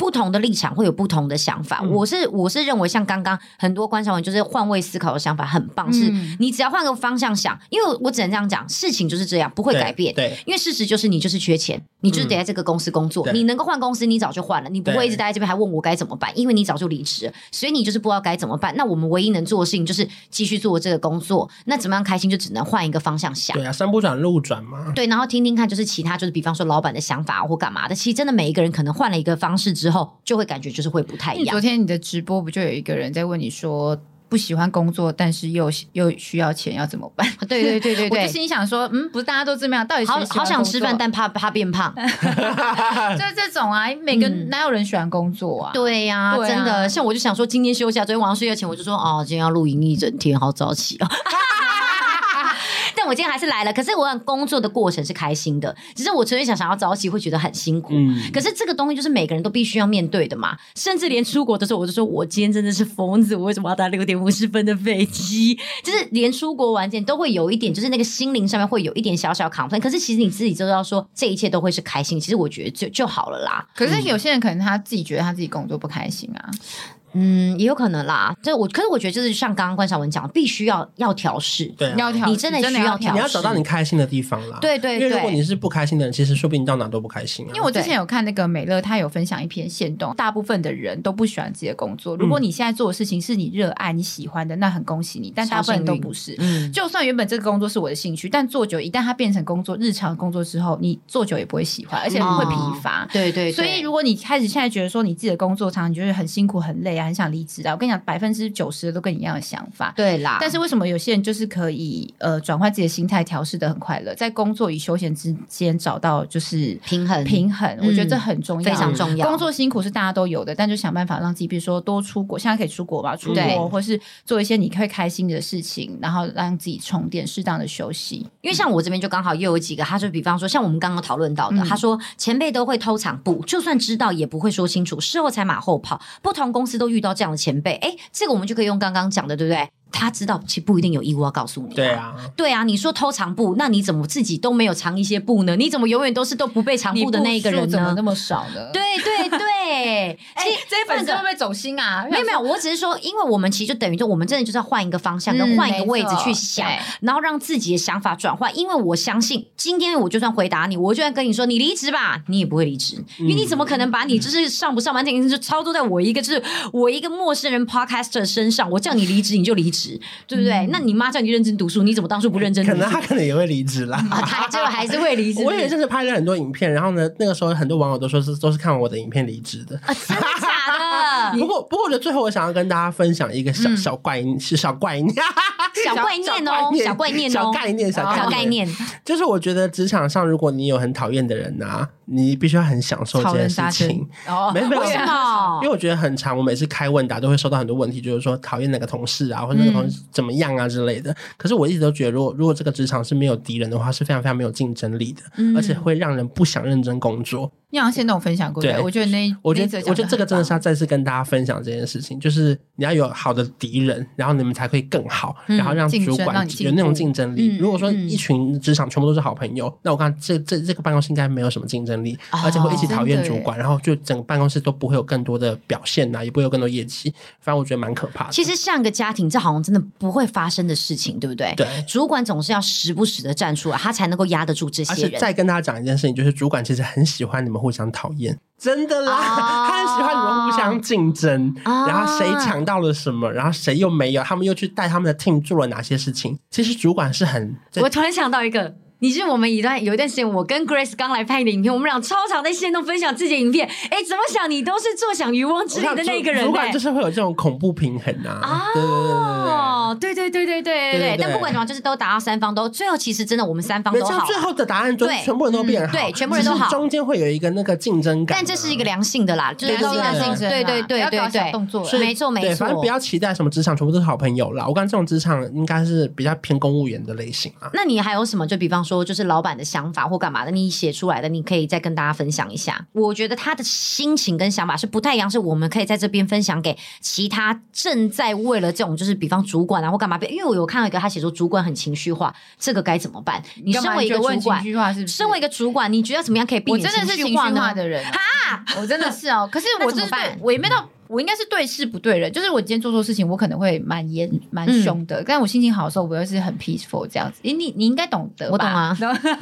不同的立场会有不同的想法，嗯我是我是认为像刚刚很多观察员就是换位思考的想法很棒，嗯是你只要换个方向想，因为我只能这样讲，事情就是这样，不会对改变。对，因为事实就是你就是缺钱，你就是嗯得在这个公司工作，对你能够换公司，你早就换了，你不会一直待在这边还问我该怎么办，因为你早就离职了，所以你就是不知道该怎么办。那我们唯一能做的事情就是继续做这个工作，那怎么样开心就只能换一个方向想。对啊，山不转路转 嘛。对，然后听听看，就是其他，就是比方说老板的想法或干嘛的。其实真的每一个人可能换了一个方式之后，就会感觉就是会不太一你昨样。天你的直播不就有一个人在问你说不喜欢工作，但是又又需要钱要怎么办？啊对对对 对我就对，心里想说，嗯，不是大家都这么样，到底谁好喜欢好想工作吃饭，但怕怕变胖。 就是这种啊，每个嗯哪有人喜欢工作啊？对呀、对啊真的，像我就想说，今天休 假，昨天晚上睡觉前我就说，哦，今天要露营一整天，好早起哦。但我今天还是来了。可是我很工作的过程是开心的，只是我纯粹想想要早起会觉得很辛苦。嗯，可是这个东西就是每个人都必须要面对的嘛，甚至连出国的时候，我就说我今天真的是疯子，我为什么要搭六点五十分的飞机？就是连出国玩前都会有一点，就是那个心灵上面会有一点小小 complain。可是其实你自己知道说这一切都会是开心，其实我觉得就就好了啦。可是有些人可能他自己觉得他自己工作不开心啊，嗯，也有可能啦。这我可是我觉得就是像刚刚关晓雯讲的，必须要要调试。对啊、要调，你真的需要调你试要找到你开心的地方啦。对对因为如果对你是不开心的人，其实说不定你到哪都不开心啊。因为我之前有看那个美乐，他有分享一篇线动，大部分的人都不喜欢自己的工作。嗯如果你现在做的事情是你热爱、你喜欢的，那很恭喜你，但大部分人都不是。嗯，就算原本这个工作是我的兴趣，但做久一旦它变成工作日常工作之后，你做久也不会喜欢，而且会疲乏。对嗯对对所以，如果你开始现在觉得说你自己的工作常常你觉得很辛苦、很累啊，很想离职啊，我跟你讲，百分之九十都跟你一样的想法。对啦，但是为什么有些人就是可以呃转换自己的心态，调试的很快乐，在工作与休闲之间找到就是平衡平衡，嗯我觉得这很重要，非常重要。工作辛苦是大家都有的，但就想办法让自己，比如说多出国，现在可以出国吧，出对国或是做一些你会开心的事情，然后让自己充电，适当的休息。因为像我这边就刚好又有几个，他就比方说像我们刚刚讨论到的，嗯他说前辈都会偷藏不，就算知道也不会说清楚，事后才马后炮。不同公司都遇到这样的前辈，哎，这个我们就可以用刚刚讲的，对不对？他知道其实不一定有义务要告诉你、对。啊，对啊，你说偷藏布，那你怎么自己都没有藏一些布呢？你怎么永远都是都不被藏布的那一个你人步数怎么呢那？么少 呢？，对对对，哎、其实这些粉丝会换个不会走心啊？没有没有，我只是说，因为我们其实就等于就我们真的就是要换一个方向，跟嗯换一个位置没错去想对，然后让自己的想法转换。因为我相信，今天我就算回答你，我就算跟你说你离职吧，你也不会离职，因为你怎么可能把你就是上不上班这件事就操作在我一个就是我一个陌生人 podcaster 身上，我叫你离职你就离职，对不对？那你妈叫你认真读书，你怎么当初不认真读可书？能他可能也会离职啦。啊，他最后还是会离职。我也就是拍了很多影片，然后呢，那个时候很多网友都说是都是看完我的影片离职的。啊，真的 假的？不过，不过我觉得最后我想要跟大家分享一个小、小怪是小怪念，嗯 小怪念哦，小小怪念小哦，概念，小概念，小概念。就是我觉得职场上，如果你有很讨厌的人呐、啊你必须要很享受这草件人事杀情身。哦没有没有我以为什么因为我觉得很长，我每次开问答都会收到很多问题，就是说讨厌哪个同事啊，或者那个同事怎么样啊之类的。可是我一直都觉得，如果如果这个职场是没有敌人的话，是非常非常没有竞争力的，而且会让人不想认真工作。你好像现在有分享过，对对我觉得那我觉那一则得讲，我觉得这个真的是要很再次跟大家分享这件事情，就是你要有好的敌人，然后你们才可以更好，然后让嗯竞主争管让你进有那种步竞争力。嗯如果说嗯一群职场全部都是好朋友，那我看这这这个办公室应该没有什么竞争力，哦而且会一起讨厌真的主耶管，然后就整个办公室都不会有更多的表现啊呐、也不会有更多业绩。反正我觉得蛮可怕的。其实像个家庭，这好像真的不会发生的事情，对不对？对。主管总是要时不时的站出来，他才能够压得住这而些且人。再跟大家讲一件事情，就是主管其实很喜欢你们互相讨厌，真的啦，哦他很喜欢你们互相竞争，哦然后谁抢到了什么，然后谁又没有，他们又去带他们的 team 做了哪些事情。其实主管是很，这我突然想到一个，你是我们一段有一段时间，我跟 Grace 刚来拍你的影片，我们俩超常在线动分享自己的影片。哎，怎么想你都是坐享渔翁之利的那个人、主管哎就是会有这种恐怖平衡啊，对对对对对。哦，对对对对对对对对对对，但不管怎么样，就是都达到三方都，最后其实真的我们三方没都有，像好最，后的答案就是对嗯全部人都变好，对全部人都好只是中间会有一个那个竞争感啊、但这是一个良性的啦，就是对都棒是都良在性竞争啊，对对对不要对搞小对，动作是了，没错没对，错反正不。要期待什么职场全部都是好朋友啦。我感觉这种职场应该是比较偏公务员的类型啊。那你还有什么？就比方说，就是老板的想法或干嘛的，你写出来的，你可以再跟大家分享一下。我觉得他的心情跟想法是不太一样，是我们可以在这边分享给其他正在为了这种就是比方主管啊或干嘛，因为我有看到一个他写说主管很情绪化，这个该怎么办？你身干嘛为一个觉得我主很管情，绪化是不是？身为一个主管，你觉得怎么样可以避我免真的是情绪化化呢？的人啊， 我真的是哦。可是那我怎么真的对办我也没到，我应该是对事不对人。就是我今天做错事情，我可能会蛮严蛮嗯凶的，但我心情好的时候，我又是很 peaceful 这样子。诶你你应该懂得吧，我懂啊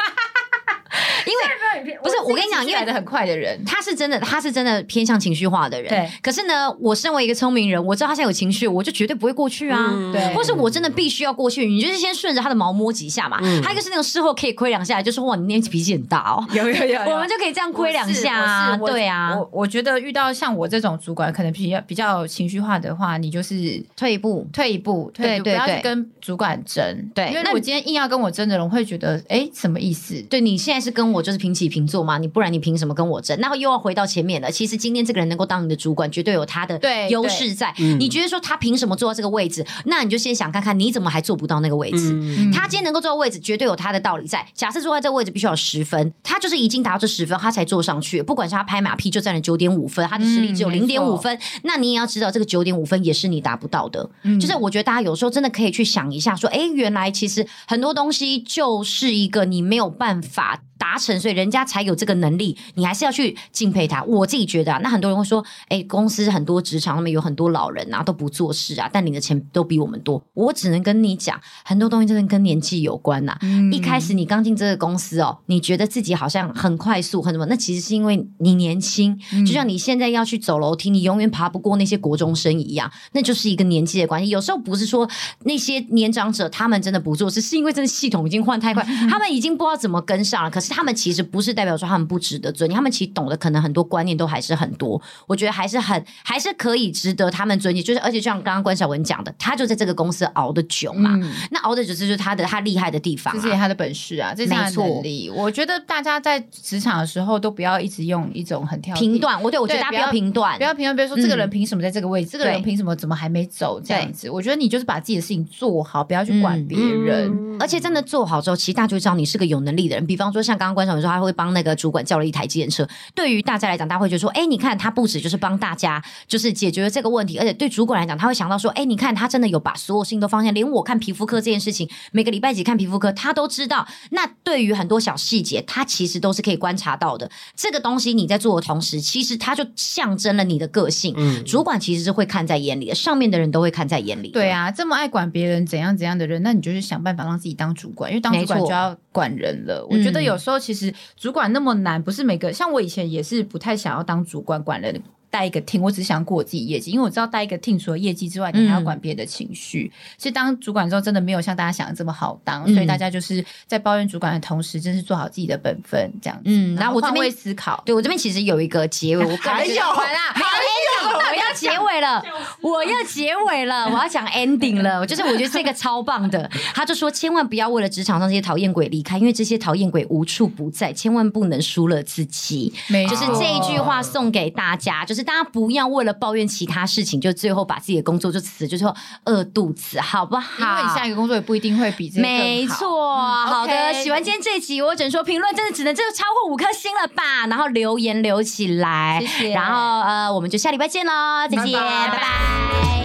因为不是我跟你讲因为来的很快的人， 他是真的，他是真的偏向情绪化的人。对，可是呢，我身为一个聪明人，我知道他现在有情绪，我就绝对不会过去啊。嗯对或是我真的必须要过去，你就是先顺着他的毛摸几下嘛。嗯还有一个是那种事后可以亏两下，就说哇，你那脾气很大哦。有有有我们就可以这样亏两下哎啊，我是我是我对啊，我我觉得遇到像我这种主管，可能比较比较情绪化的话，你就是退一步。退一步，退一步对对不要对去跟主管争。对因为那我今天硬要跟我争的人，我会觉得哎，诶什么意思？对你现在是跟我就是平起瓶座嘛，你不然你凭什么跟我争？那又要回到前面了。其实今天这个人能够当你的主管，绝对有他的对优势在。嗯你觉得说他凭什么坐到这个位置？那你就先想看看你怎么还坐不到那个位置。嗯，他今天能够坐到位置，绝对有他的道理在。假设坐在这个位置必须要有十分，他就是已经达到这十分，他才坐上去。不管是他拍马屁就占了九点五分，他的实力只有嗯零没点五错分，那你也要知道这个九点五分也是你达不到的。嗯就是我觉得大家有时候真的可以去想一下，说，哎，原来其实很多东西就是一个你没有办法。达成，所以人家才有这个能力，你还是要去敬佩他。我自己觉得啊，那很多人会说，哎、公司很多职场上面有很多老人啊，都不做事啊，但领的钱都比我们多。我只能跟你讲，很多东西真的跟年纪有关啊呐、一开始你嗯刚进这个公司哦，你觉得自己好像很快速很什么，那其实是因为你年轻，嗯就像你现在要去走楼梯，你永远爬不过那些国中生一样，那就是一个年纪的关系。有时候不是说那些年长者他们真的不做事，是因为真的系统已经换太快，嗯他们已经不知道怎么跟上了。可是他们其实不是代表说他们不值得尊敬，他们其实懂得可能很多观念都还是很多，我觉得还是很还是可以值得他们尊敬。就是而且就像刚刚关晓雯讲的，他就在这个公司熬得久嘛，嗯那熬得久这就是他的他厉害的地方、啊，这是他的本事啊，这是他没的错能力。我觉得大家在职场的时候都不要一直用一种很挑剔评，断，我对我觉得对大家不不要要评断不，要评论，比如说这个人嗯凭什么在这个位置，这个对人凭什么怎么还没走这样子。我觉得你就是把自己的事情做好，不要去管别人。而且真的做好之后，其实大家就会知道你是个有能力的人。比方说，像刚刚关晓雯说，他会帮那个主管叫了一台计程车。对于大家来讲，大家会觉得说，哎，你看他不止就是帮大家，就是解决了这个问题，而且对主管来讲，他会想到说，哎，你看他真的有把所有事情都放下，连我看皮肤科这件事情，每个礼拜几看皮肤科，他都知道。那对于很多小细节，他其实都是可以观察到的。这个东西你在做的同时，其实它就象征了你的个性。嗯主管其实是会看在眼里的，上面的人都会看在眼里。对，啊，这么爱管别人怎样怎样的人，那你就是想办法让自己当主管，因为当主管没就错要管人了。我觉得嗯有时候其实主管那么难，不是每个像我以前也是不太想要当主管管人。带一个 team，我只想顾我自己业绩，因为我知道带一个 team 除了业绩之外，你还要嗯管别人的情绪。所以当主管之后，真的没有像大家想的这么好当，嗯所以大家就是在抱怨主管的同时，真是做好自己的本分，这样子。嗯然那后我这换边位思考。对我这边其实有一个结尾，我个人觉得完啦，还有 ending，我要结尾了，我要结尾了，我要讲 ending 了。就是我觉得这个超棒的，他就说千万不要为了职场上这些讨厌鬼离开，因为这些讨厌鬼无处不在，千万不能输了自己。没就是这一句话送给大家，就是大家不要为了抱怨其他事情，就最后把自己的工作就辞，就是饿肚子，好不好？因为你下一个工作也不一定会比这个更好没错，嗯好的 OK 喜欢今天这集，我只能说评论真的只能就超过五颗星了吧，然后留言留起来，谢谢然后呃，我们就下礼拜见喽，再见，拜拜拜拜